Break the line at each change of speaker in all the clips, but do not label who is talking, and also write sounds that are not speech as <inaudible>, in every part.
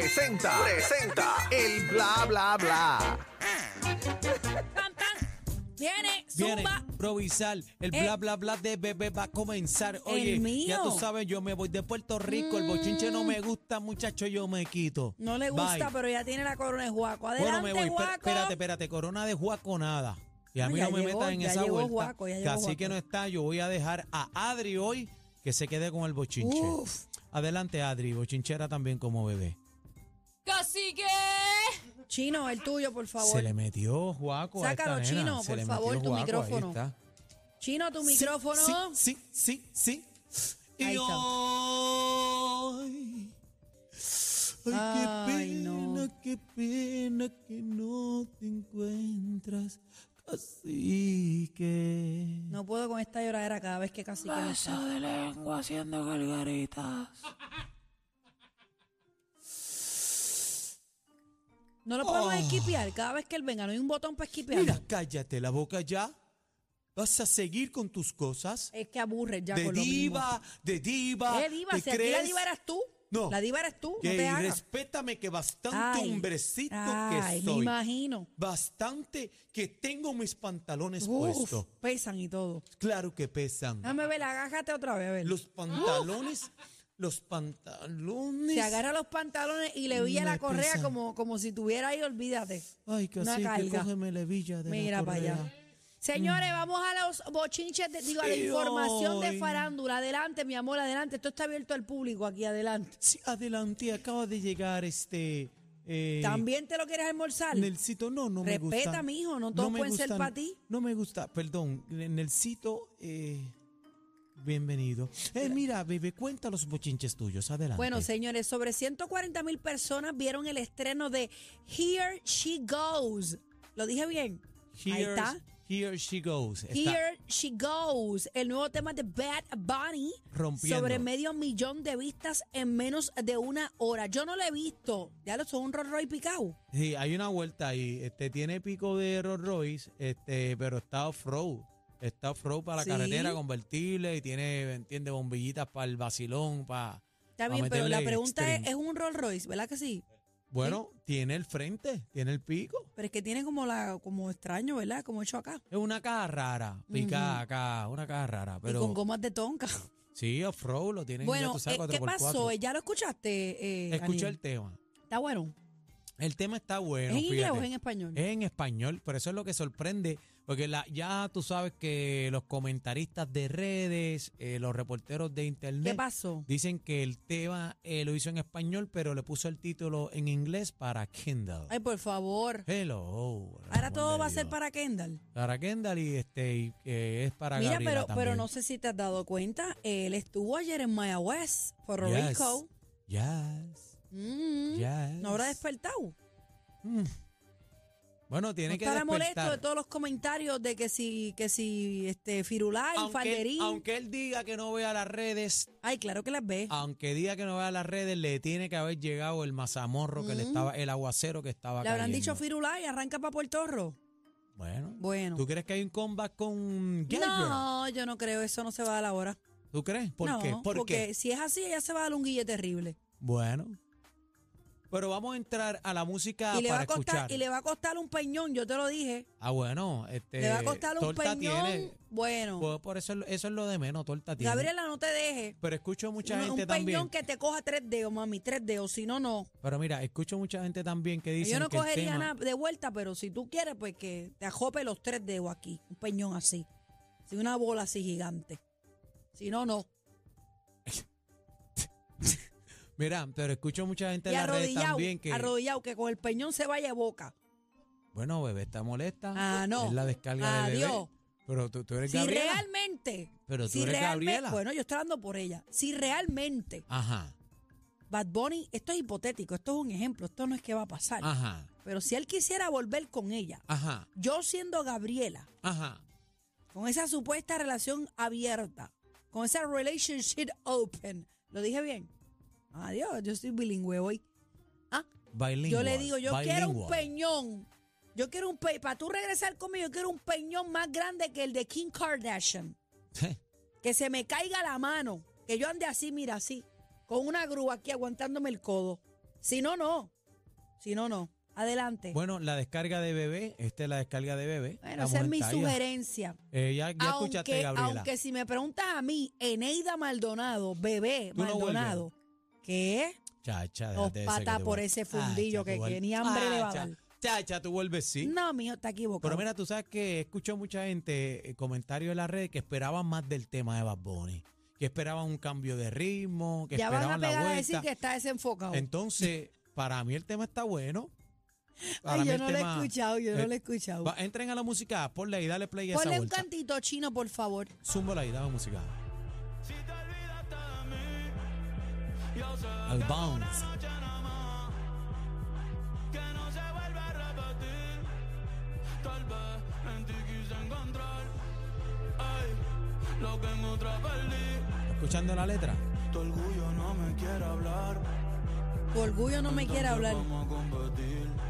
presenta, presenta el bla bla bla.
Pam, pam. Viene,
Viene
zumba. Eh.
improvisar, el bla bla bla de bebé va a comenzar. Oye,
mío. Mm.
ya tú sabes, yo me voy de Puerto Rico, el bochinche no me gusta, muchacho, yo me quito.
No le gusta,
Bye.
pero ya tiene la corona de Juaco.
Bueno,
Adelante,
me voy. Espera-
Juaco.
Espérate, espérate, corona de Juaco nada. Y a
No,
mí
ya
no me
llegó,
metan en
ya
esa
llegó
vuelta.
Juaco, ya
que
llegó
así que
Juaco.
no está, yo voy a dejar a Adri hoy que se quede con el bochinche.
Uf.
Adelante, Adri, bochinchera también como bebé.
Cacique.
Chino, el tuyo, por favor.
Se le metió Juaco. a
Sácalo,
esta nena,
Chino,
se
por
le
favor,
metió
tu
Juaco, ahí
micrófono.
está.
Chino, tu micrófono.
Sí, sí, sí. sí.
Ahí
Y
está.
hoy. Ay, qué
Ay,
pena,
no.
qué pena que no te encuentras. Así que.
No puedo con esta lloradera cada vez que casi que no está.
de lengua haciendo gargaritas.
No lo podemos esquipear. Cada vez que él venga, no hay un botón para esquipear.
Oh. Mira, cállate la boca ya. ¿Vas a seguir con tus cosas?
Es que aburre Eh, ya
de
con lo
diva, de
mismo.
diva.
¿Qué diva?
¿te
Si aquí la
crees?
diva eras tú.
No.
La diva eres tú. No
Que
te hagas.
respétame que bastante
Ay,
hombrecito
ay,
que
me
soy.
imagino.
Bastante que tengo mis pantalones
Uf,
puestos.
pesan y todo.
Claro que pesan.
Déjame ver, agájate otra vez, a ver.
Los pantalones, los pantalones.
Se agarra los pantalones y le vía
Me
la correa
pesan.
como, como si tuviera ahí, olvídate.
Ay, que
una
así que
carga.
cógeme la hebilla de la
Mira para
correa.
allá. Señores, vamos a los bochinches, de- digo, a la
Y
información de
hoy-
farándula. Adelante, mi amor, adelante. Esto está abierto al público aquí, adelante.
Sí, adelante, acaba de llegar este. eh,
¿También te lo quieres almorzar?
Nelsito, no, no me gusta.
Respeta, mijo, no todos
me
pueden ser
gustan-
pa' ti.
No me gusta, perdón, Nelsito, eh, bienvenido. Eh, mira, bebé, cuenta los bochinches tuyos, adelante.
Bueno, señores, sobre 140 mil personas vieron el estreno de Here She Goes. ¿Lo dije bien? Ahí
Here's-
está.
Here she goes. Está
Here She Goes, el nuevo tema de Bad Bunny,
Rompiendo.
sobre medio millón de vistas en menos de una hora. Yo no lo he visto. Ya lo son un Rolls Royce picao.
Sí, hay una vuelta ahí. Este tiene pico de Rolls Royce, este, pero está off-road. Está off-road para la
Sí.
carretera convertible y tiene, entiende, bombillitas para el vacilón, para.
Está
pa'
bien, pero la
meterle
pregunta es,
extreme.
es un Rolls Royce, ¿verdad que sí?
Bueno, tiene el frente, tiene el pico.
Pero es que tiene como la como extraño, ¿verdad? Como hecho acá.
Es una caja rara, picada acá, una caja rara.
y con
Pero
gomas de tonka.
sí, off-road lo tienen ya
Bueno,
tú sabes,
eh, ¿qué
4x4.
pasó? ¿Ya lo escuchaste? Eh,
Escuché
Daniel?
el tema.
Está bueno.
El tema está bueno.
¿Es en inglés
fíjate.
o es en español?
Es en español, pero eso es lo que sorprende, porque la, ya tú sabes que los comentaristas de redes, eh, los reporteros de
¿Qué
internet,
pasó?
dicen que el tema eh, lo hizo en español, pero le puso el título en inglés para Kendall.
Ay, por favor.
Hello.
Ahora
Ramón
todo
de
va a ser
Dios.
para Kendall.
Para Kendall y este y, eh, es para
Mira,
Gabriela
pero, pero
también.
no sé si te has dado cuenta, él estuvo ayer en Mayagüez, Puerto
Yes,
Rico.
Yes,
Mm,
yes.
No habrá despertado.
Mm. Bueno, tiene
No
que
estará molesto de
despertar.
todos los comentarios de que si, que si este, Firulay,
aunque,
Falderín.
aunque Ah, él diga que no vea las redes,
Ay, claro que las ve.
aunque diga que no vea las redes, le tiene que haber llegado el mazamorro que le estaba, el aguacero que estaba
Mm. Le habrán dicho
cayendo.
Firulay, arranca para Puerto Rico.
Bueno,
Bueno.
¿tú crees que hay un comeback con Gabriel?
No, yo no creo, eso no se va a dar ahora.
¿Tú crees? ¿Por
no,
qué? ¿Por
porque
qué?
si es así, ella se va a dar un guille terrible.
Bueno. Pero vamos a entrar a la música
y, le va
Ah, para
a costar,
escuchar.
y le va a costar un peñón, yo te lo dije.
Ah, bueno, este
le va a costar un
torta
peñón.
tiene.
Bueno,
Por, por eso eso es lo de menos, torta tiene.
Gabriela, no te deje.
Pero escucho mucha
un,
gente
un
también.
peñón que te coja tres dedos, mami, tres dedos, si no, no.
Pero mira, escucho mucha gente también que dice
Yo no
que el
cogería
tema-
nada de vuelta, pero si tú quieres, pues que te ajope los tres dedos aquí, un peñón así, si una bola así gigante. Si no, no.
Mira, pero escucho mucha gente
y
en las redes
arrodillado,
también que
arrodillado, que con el peñón se vaya de boca.
bueno, bebé está molesta.
Ah, no.
Es la descarga de bebé.
Adiós.
Pero tú, tú eres
Si
Pues Gabriela.
realmente,
Pero tú
si
eres
realme-
Gabriela.
bueno, yo estoy hablando por ella. Si realmente
Ajá.
Bad Bunny, esto es hipotético, esto es un ejemplo, esto no es que va a pasar.
Ajá.
Pero si él quisiera volver con ella,
Ajá.
yo siendo Gabriela,
Ajá.
con esa supuesta relación abierta, con esa relationship open. ¿Lo dije bien? Adiós, yo soy bilingüe hoy. Ah,
Bilingüe.
yo le digo, yo quiero un
bilingüe.
peñón. Yo quiero un peñón. Para tú regresar conmigo, yo quiero un peñón más grande que el de Kim Kardashian. Que se me caiga la mano. Que yo ande así, mira, así. Con una grúa aquí aguantándome el codo. Si no, no. Si no, no. Adelante.
Bueno, la descarga de bebé, esta es la descarga de bebé.
Bueno,
La
esa es
mujer
mi
está ahí.
sugerencia.
Eh, ya ya escuchaste,
aunque,
Gabriela.
aunque si me preguntas a mí, Eneida Maldonado, bebé
Tú no
Maldonado, ¿qué?
Chacha,
Dos
déjate de
patas
ese que te
por
vuel-
ese fundillo
Chacha,
que-
tú
que
vuel-
ni hambre le va a
Chacha,
dar.
Chacha, tú vuelves sí.
No, mijo, está equivocado.
Pero mira, tú sabes que escuchó mucha gente eh, comentarios de la red que esperaban más del tema de Bad Bunny, que esperaban un cambio de ritmo, que
ya van a
esperaban
pegar
la
a
vuelta.
decir que está desenfocado.
Entonces, para mí el tema está bueno. Para
Ay,
mí
yo
el
no lo he
tema-
escuchado, yo no
eh,
lo he escuchado.
va- entren a la música, ponle ahí, dale play a esa
Ponle un
vuelta.
cantito chino, por favor.
Zumba la idea musical. Al bounce. Escuchando la letra.
Tu orgullo no me quiere hablar.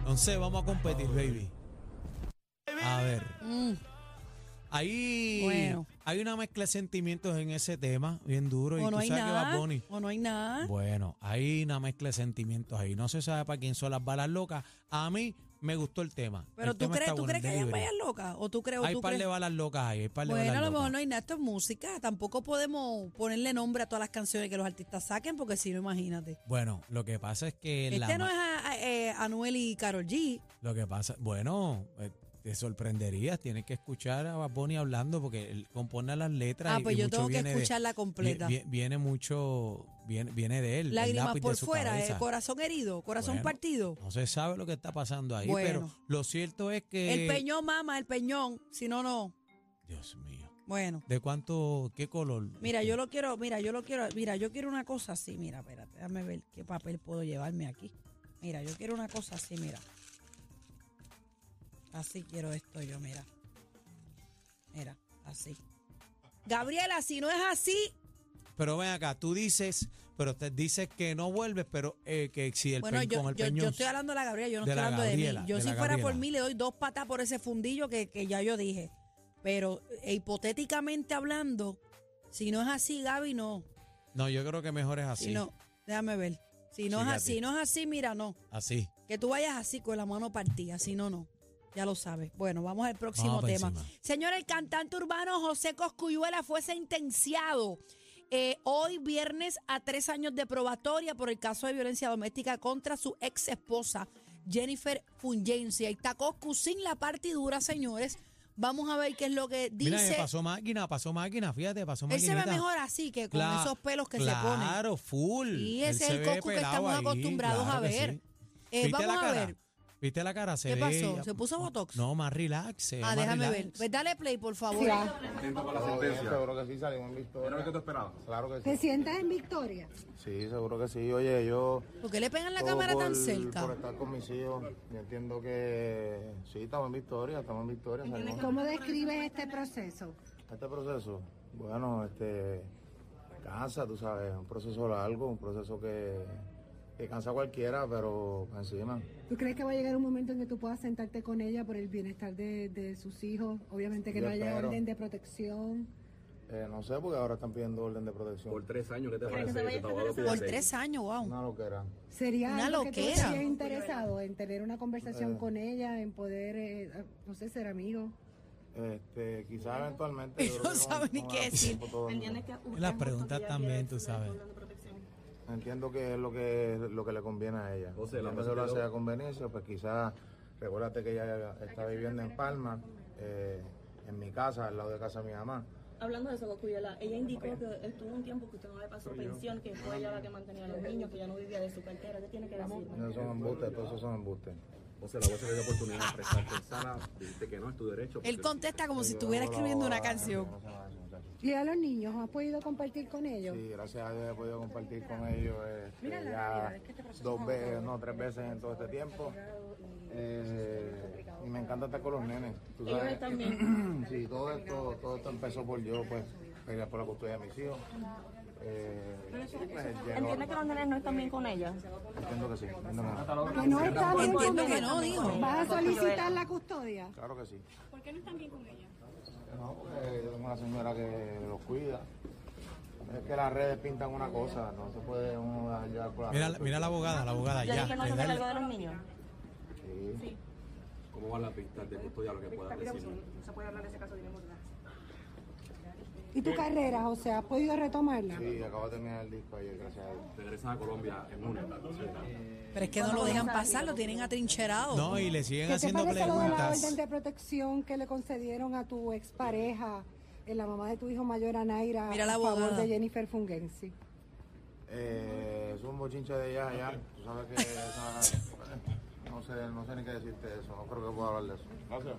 Entonces vamos a competir, baby. A ver. Ahí
Mm. Bueno.
hay una mezcla de sentimientos en ese tema, bien duro. y
O no
tú
hay
sabes que Bad
nada.
Bunny-
O no hay nada.
Bueno, hay una mezcla de sentimientos ahí. No se sabe para quién son las balas locas. A mí me gustó el tema.
Pero
El
tú
tema
crees,
está
tú
bueno,
crees que
el
hayan
delivery.
vallas locas. O tú crees, o
Hay
tú
par
crees.
de balas locas ahí. Hay par de
Bueno, a
balas
lo mejor
locas.
no hay nada, esto es música. Tampoco podemos ponerle nombre a todas las canciones que los artistas saquen, porque si no, imagínate.
Bueno, lo que pasa es que la
Este no
ma-
es a, a- eh, Anuel y Karol G.
lo que pasa, bueno, eh, te sorprenderías, tienes que escuchar a Bad Bunny hablando porque él compone las letras
Ah,
y-
pues
y
yo
mucho
tengo que
viene de-
escucharla completa.
vie- vie- viene mucho viene, viene de él, el
Lágrimas
lápiz de
por
su
fuera, eh,
cabeza.
corazón herido, corazón
Bueno,
partido.
No se sabe lo que está pasando ahí,
Bueno.
pero lo cierto es que
el peñón, mama, el peñón. Si no, no.
Dios mío.
Bueno.
¿De cuánto? ¿Qué color?
Mira, yo lo quiero, mira, yo lo quiero, mira, yo quiero una cosa así, mira, espérate, déjame ver qué papel puedo llevarme aquí. Mira, yo quiero una cosa así, mira. Así quiero esto yo, mira. Mira, así. Gabriela, si no es así,
Pero ven acá, tú dices, pero te dices que no vuelves, pero eh, que si el
bueno,
peñ-
yo,
con el
yo,
peñón.
yo estoy hablando de la Gabriela, yo no
de
estoy
la
hablando de
Gabriela,
mí. Yo
de
si
la
fuera por
Gabriela.
mí le doy dos patas por ese fundillo que, que ya yo dije. Pero eh, hipotéticamente hablando, si no es así, Gaby, no.
No, yo creo que mejor es
Si
así.
no, déjame ver. Si no es
Fíjate.
así, si no es así, mira, no.
Así.
Que tú vayas así con la mano partida, si no, no. Ya lo sabes. Bueno, vamos al próximo
Vamos pa'
tema.
encima.
Señor, el cantante urbano José Coscuyuela fue sentenciado eh, hoy viernes a tres años de probatoria por el caso de violencia doméstica contra su ex esposa, Jennifer Fungensi. Ahí está Coscu sin la partidura, señores. Vamos a ver qué es lo que
Mira, que
dice.
pasó máquina, pasó máquina, fíjate, pasó
Él
máquina.
se ve mejor así que con esos pelos que se ponen.
Claro, full.
Y
Él
ese es
se
el
ve
Coscu que
pelado
estamos
ahí,
acostumbrados a
claro que
ver.
sí.
Eh,
¿Viste
vamos
la
a
cara?
ver.
¿Viste la cara? Se
¿Qué
ve-
pasó? ¿Se puso Botox?
No, más relax. se ve
Ah,
más
déjame ver.
relax.
Pues dale play, por favor.
Contento con la sentencia.
Seguro que sí, salimos en victoria.
Era lo que tú esperabas.
Claro que
¿Te
sí.
sientas en victoria?
Sí, seguro que sí. Oye, yo.
¿Por qué le pegan la
todo
cámara
por-
tan cerca?
Por estar con mis hijos. Yo entiendo que sí, estamos en victoria, estamos en victoria. salimos.
¿Cómo describes este proceso?
Este proceso, bueno, este. Cansa, tú sabes. Un proceso largo, un proceso que. que cansa a cualquiera, pero encima.
¿Tú crees que va a llegar un momento en que tú puedas sentarte con ella por el bienestar de, de sus hijos? Obviamente que
Yo
no haya
espero.
orden de protección.
Eh, no sé, porque ahora están pidiendo orden de protección.
Por tres años, ¿qué te parece? Que tu abogado pide
Por
seis.
tres años, wow.
Una loquera.
¿Sería
Una
algo que tú
loquera.
estarías interesado en tener una conversación
Eh.
con ella, en poder, eh, no sé, ser amigo?
Este, quizás eventualmente.
<laughs>
yo
No
creo que
sabe ni
va a
qué
dar
decir.
tiempo todo el mundo.
Las preguntas también, tú sabes.
Entiendo que es lo que lo que le conviene a ella.
O sea, la
Entiendo que lo hace
parte
a conveniencia, pues quizás, recuérdate que ella está viviendo en Palma, eh, en mi casa, al lado de casa de mi mamá.
Hablando de eso, Cocuyela, ella indicó que estuvo un tiempo que usted no le pasó pensión, que fue ella la que mantenía a los niños, que ya no vivía de su cartera. ¿Qué tiene que decirme?
Esos son embustes, todos esos son embustes.
O sea, la jueza le dio oportunidad de expresarte en sala, dijiste que no, es tu derecho.
Él
porque-
contesta como si estuviera escribiendo una canción.
No se van a decir, muchachos.
¿Y a los niños? ¿Has podido compartir con ellos?
Sí, gracias a Dios he podido compartir con ellos este, ya dos veces, no, tres veces en todo este tiempo. Eh, y me encanta estar con los nenes. ¿tú
Ellos
sabes? <laughs>
están bien.
<clears throat> Sí, todo esto, todo esto empezó por yo, pues, pelear por la custodia de mis hijos. Eh, y, pues, llegó-
¿Entiende que los nenes no están bien con ella?
Entiendo que sí. entiendo que no.
Que no está bien con
Entiendo que
ella.
no, dijo.
¿Vas a solicitar la custodia?
Claro que sí. ¿Por qué no están bien con ella? No, porque yo tengo una señora que los cuida. Es que las redes pintan una cosa, no se puede uno dejar llevar por la
Mira, la- mira la abogada, la abogada
¿Le
ya.
dije no se
le
hace
da el-
cargo de los niños?
Sí.
¿Cómo van las pistas de custodia? Lo que puedas decir.
No se puede hablar de ese caso, digamos, ¿verdad?
¿Y tu carrera, José? ¿Has podido retomarla?
Sí, acabo de terminar el disco ayer, gracias a Dios.
Regresan a Colombia en una.
Pero es que no lo dejan pasar, lo tienen atrincherado.
No, y le siguen
¿Qué te
haciendo
parece lo de la
preguntas.
orden de protección que le concedieron a tu expareja, eh, la mamá de tu hijo mayor, Anaira,
Mira la
a favor
abogada.
de Jennifer Fungensi?
Eh, es un bochinche de allá allá. Tú sabes que esa- no, sé, no sé ni qué decirte de eso. No creo que pueda hablar de eso. Gracias.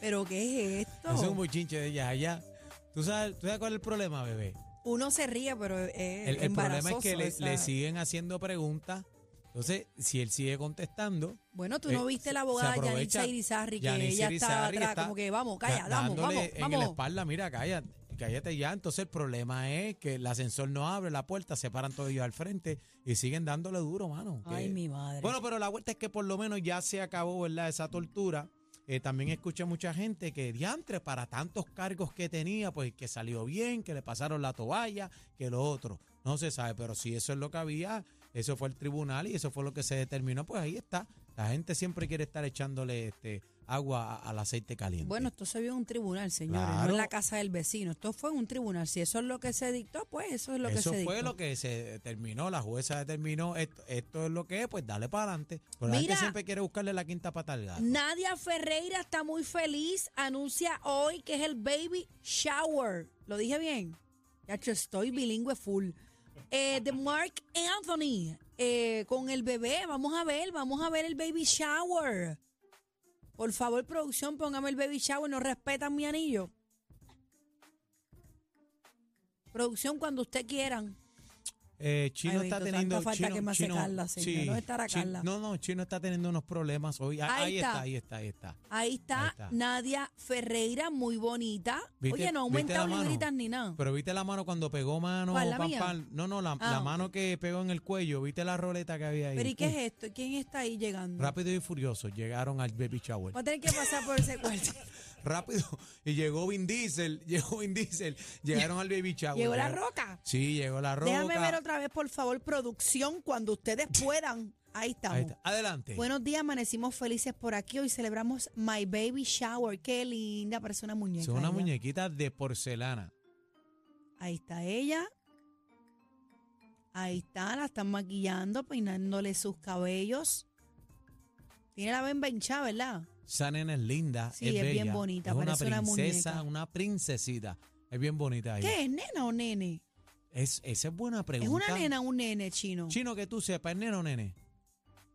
¿Pero qué es
Eso es un
esto?
bochinche de ellas allá. ¿Tú sabes, ¿Tú sabes cuál es el problema, bebé?
Uno se ríe, pero es
El, el problema es que le,
embarazoso
le
esa-
siguen haciendo preguntas. Entonces, si él sigue contestando,
Bueno, tú no
Eh,
viste la
se
abogada
aprovecha.
Yanitza Irizarry, que
Yanis
ella estaba
Irizarry
atrás,
está
como que vamos, calla,
da-
vamos,
dándole
vamos,
en la
vamos.
espalda, mira, cállate, cállate ya. Entonces el problema es que el ascensor no abre la puerta, se paran todos ellos al frente y siguen dándole duro, mano.
Ay,
que-
mi madre.
Bueno, pero la vuelta es que por lo menos ya se acabó, ¿verdad? Esa tortura. Eh, también escuché mucha gente que diantre para tantos cargos que tenía, pues que salió bien, que le pasaron la toalla, que lo otro. No se sabe, pero si eso es lo que había, eso fue el tribunal y eso fue lo que se determinó, pues ahí está. La gente siempre quiere estar echándole este agua a- al aceite caliente.
Bueno, esto se vio en un tribunal, señores, no
Claro.
en la casa del vecino. Esto fue en un tribunal. Si eso es lo que se dictó, pues eso es lo que
eso
se dictó.
fue lo que se determinó, la jueza determinó, esto, esto es lo que es, pues dale para adelante. Pero la gente
Mira.
siempre quiere buscarle la quinta pata al gato.
Nadia Ferreira está muy feliz. Anuncia hoy que es el baby shower. ¿Lo dije bien? Ya yo estoy bilingüe full. Eh, de Mark Anthony eh, con el bebé. Vamos a ver, vamos a ver el baby shower. Por favor, producción, póngame el baby shower. No respetan mi anillo. Producción, cuando usted quieran.
Eh, Chino
Ay,
está
bendito,
teniendo.
tanta falta
Chino,
que me hace
Chino-
Carla, señor.
sí,
¿Dónde estará
Chin-
Carla?
No, no, Chino está teniendo unos problemas hoy. Ah,
Ahí
Ahí,
está.
está. ahí está, ahí está.
Ahí está,
Ahí está.
Nadia Ferreira, muy bonita.
¿Viste-
Oye, no ha
viste la
aumentado
mano?
libritas ni nada.
Pero viste la mano cuando pegó mano.
¿Cuál, la
pam,
mía?
pam? No, no, la,
Ah,
la mano que pegó en el cuello. Viste la roleta que había ahí.
Pero ¿y qué
Uy,
es esto? ¿Quién está ahí llegando?
Rápido y furioso llegaron al baby shower.
Va a tener que pasar por ese
<laughs>
cuarto.
Rápido. Y llegó Vin Diesel. <laughs> Llegó Vin Diesel. Llegaron al baby shower.
Llegó la
Llegaron-
roca.
Sí, llegó la roca.
Déjame ver otra vez, por favor, producción, cuando ustedes puedan. Ahí estamos.
Ahí está. Adelante.
Buenos días, amanecimos felices por aquí. Hoy celebramos My Baby Shower. Qué linda persona muñeca.
Son una
ella.
muñequita de porcelana.
Ahí está ella. Ahí está, la están maquillando, peinándole sus cabellos. Tiene la benbencha, ¿verdad?
Esa nena es linda,
Sí,
es,
es bien
bella,
bonita,
es una
parece una
princesa,
muñeca.
una princesita. Es bien bonita ella.
¿Qué es, nena o nene?
Es, esa es buena
¿Es
pregunta.
una nena o un nene chino?
Chino, que tú sepas, ¿es nene o nene?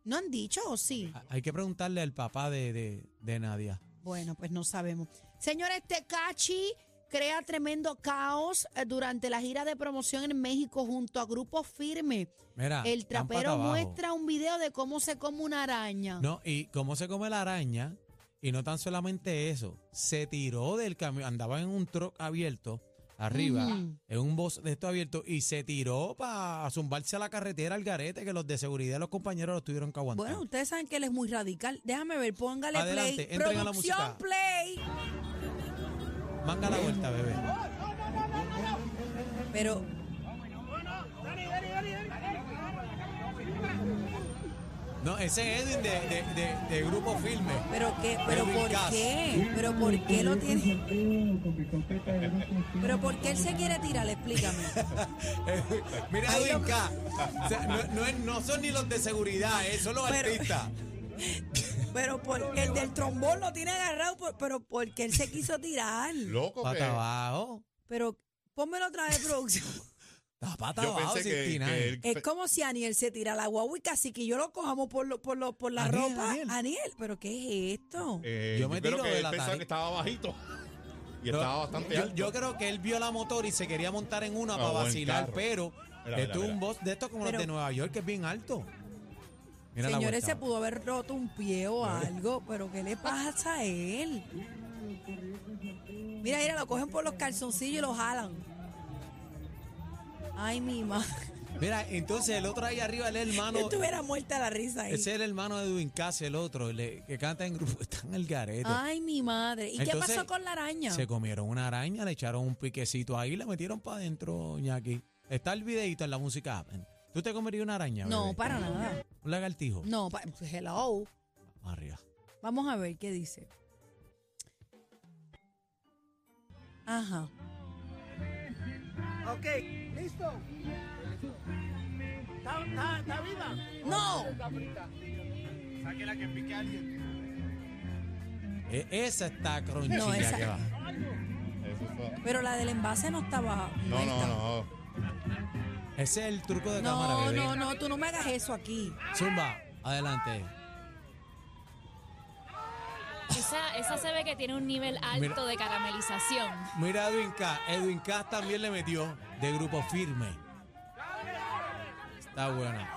¿No han dicho o sí?
A- Hay que preguntarle al papá de, de, de Nadia.
Bueno, pues no sabemos. Señores, Tecachi crea tremendo caos eh, durante la gira de promoción en México junto a Grupo Firme.
Mira,
El
Ah, están pata
trapero
abajo.
muestra un video de cómo se come una araña.
No, y cómo se come la araña, y no tan solamente eso, se tiró del camión, andaba en un truck abierto, arriba,
Ujú.
en un bus de esto abierto, y se tiró para zumbarse a la carretera al garete, que los de seguridad, los compañeros, los tuvieron que aguantar.
Bueno, ustedes saben que él es muy radical. Déjame ver, póngale
Adelante,
play.
entren a la
Producción
música.
play.
Manga la vuelta, bebé.
Pero
No, ese es Edwin de, de, de- de Grupo Filme.
pero qué, pero
Edwin
por
Cass.
qué? Pero por qué lo tiene? Pero por qué él se quiere tirar, explícame.
Edwin- <laughs> Mira,
Ay,
Edwin
lo-
Cass. O sea, no, no es- no son ni los de seguridad, eh, son los
Pero-
artistas.
Pero por, el del trombón lo tiene agarrado, por- pero porque él se quiso tirar.
Loco que
Pata abajo.
Pero pónmelo otra vez,
<laughs>
producción.
Está pata
yo
abajo, eh.
pensé que,
69.
que él-
Es como si Aniel se tira la guagua y casi que yo lo cojamos por, lo, por, lo, por la
Aniel,
ropa.
Aniel.
Aniel. ¿pero qué es esto?
eh,
yo me
creo
tiro
que
de
él
la
pensaba
tari-
que estaba bajito y
No,
estaba bastante
yo,
alto.
yo creo que él vio la motor y se quería montar en una
Ah,
para
o en
vacilar,
carro.
pero
Mira,
esto
mira,
es un
mira.
boss de estos como los
Pero-
de Nueva York, que es bien alto. Mira la
Señores,
vuelta.
se pudo haber roto un pie o algo, pero ¿qué le pasa a él? Mira, mira, lo cogen por los calzoncillos y lo jalan. Ay, mi madre.
Mira, entonces el otro ahí arriba, el
<laughs> Yo
hermano.
estuviera muerta la risa ahí.
Ese es el hermano de Edwin Cass, el otro, el que canta en grupo. <laughs> Está en el garete.
Ay, mi madre. ¿Y
Entonces,
qué pasó con la araña?
Se comieron una araña, le echaron un piquecito ahí, la metieron para adentro, ñaqui. Está el videito en la música. app. ¿Tú te comerías una araña?
No,
bebé?
para nada.
¿Un lagartijo?
No, pa- hello.
Arriba.
Vamos a ver qué dice. Ajá.
Ok, listo. ¿Está, está, está viva?
¡No!
Sáquela que pique a alguien.
E- esa está cronchilla
No, esa-
que va.
Eso fue-
Pero la del envase no estaba.
No, no,
estaba.
no.
Ese es el truco de cámara,
No,
bebé.
no, no, tú no me hagas eso aquí.
Zumba, adelante.
Esa, esa se ve que tiene un nivel alto
Mira.
de caramelización.
Mira a Edwin K. Edwin K también le metió de grupo firme. Está buena.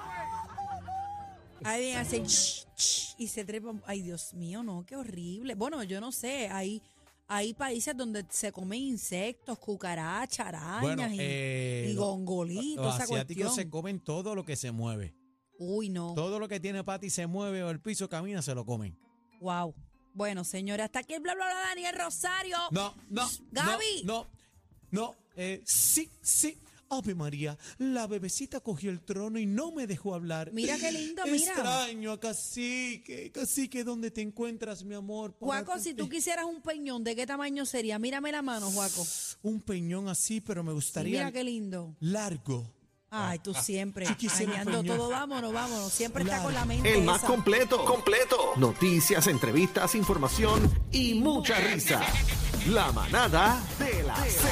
Ahí hacen ch, ch, y se trepan. Ay, Dios mío, no, qué horrible. Bueno, yo no sé, hay, hay países donde se comen insectos, cucarachas, arañas
Bueno,
y,
eh,
y
lo-
gongolitos,
Los
esa
asiáticos se
cuestión.
comen todo lo que se mueve.
Uy, no.
Todo lo que tiene pati se mueve o el piso camina, se lo comen.
Wow. Bueno, señores, hasta aquí el bla bla bla Daniel Rosario.
No, no.
Gaby.
No, no. no, eh, sí, sí. Ave María, la bebecita cogió el trono y no me dejó hablar.
Mira qué lindo, mira.
Extraño a Cacique. Cacique, ¿dónde te encuentras, mi amor? Para
Juaco, si tú
contigo.
quisieras un peñón, ¿de qué tamaño sería? Mírame la mano, Juaco. Sí,
Un peñón así, pero me gustaría
Mira qué lindo.
largo.
Ay, tú
<laughs>
siempre.
Sí quisiera un
Añando
peñón.
todo, vámonos, vámonos. Siempre está con la mente.
El más
esa.
completo. Completo. Noticias, entrevistas, información y mucha risa. La manada de la Z.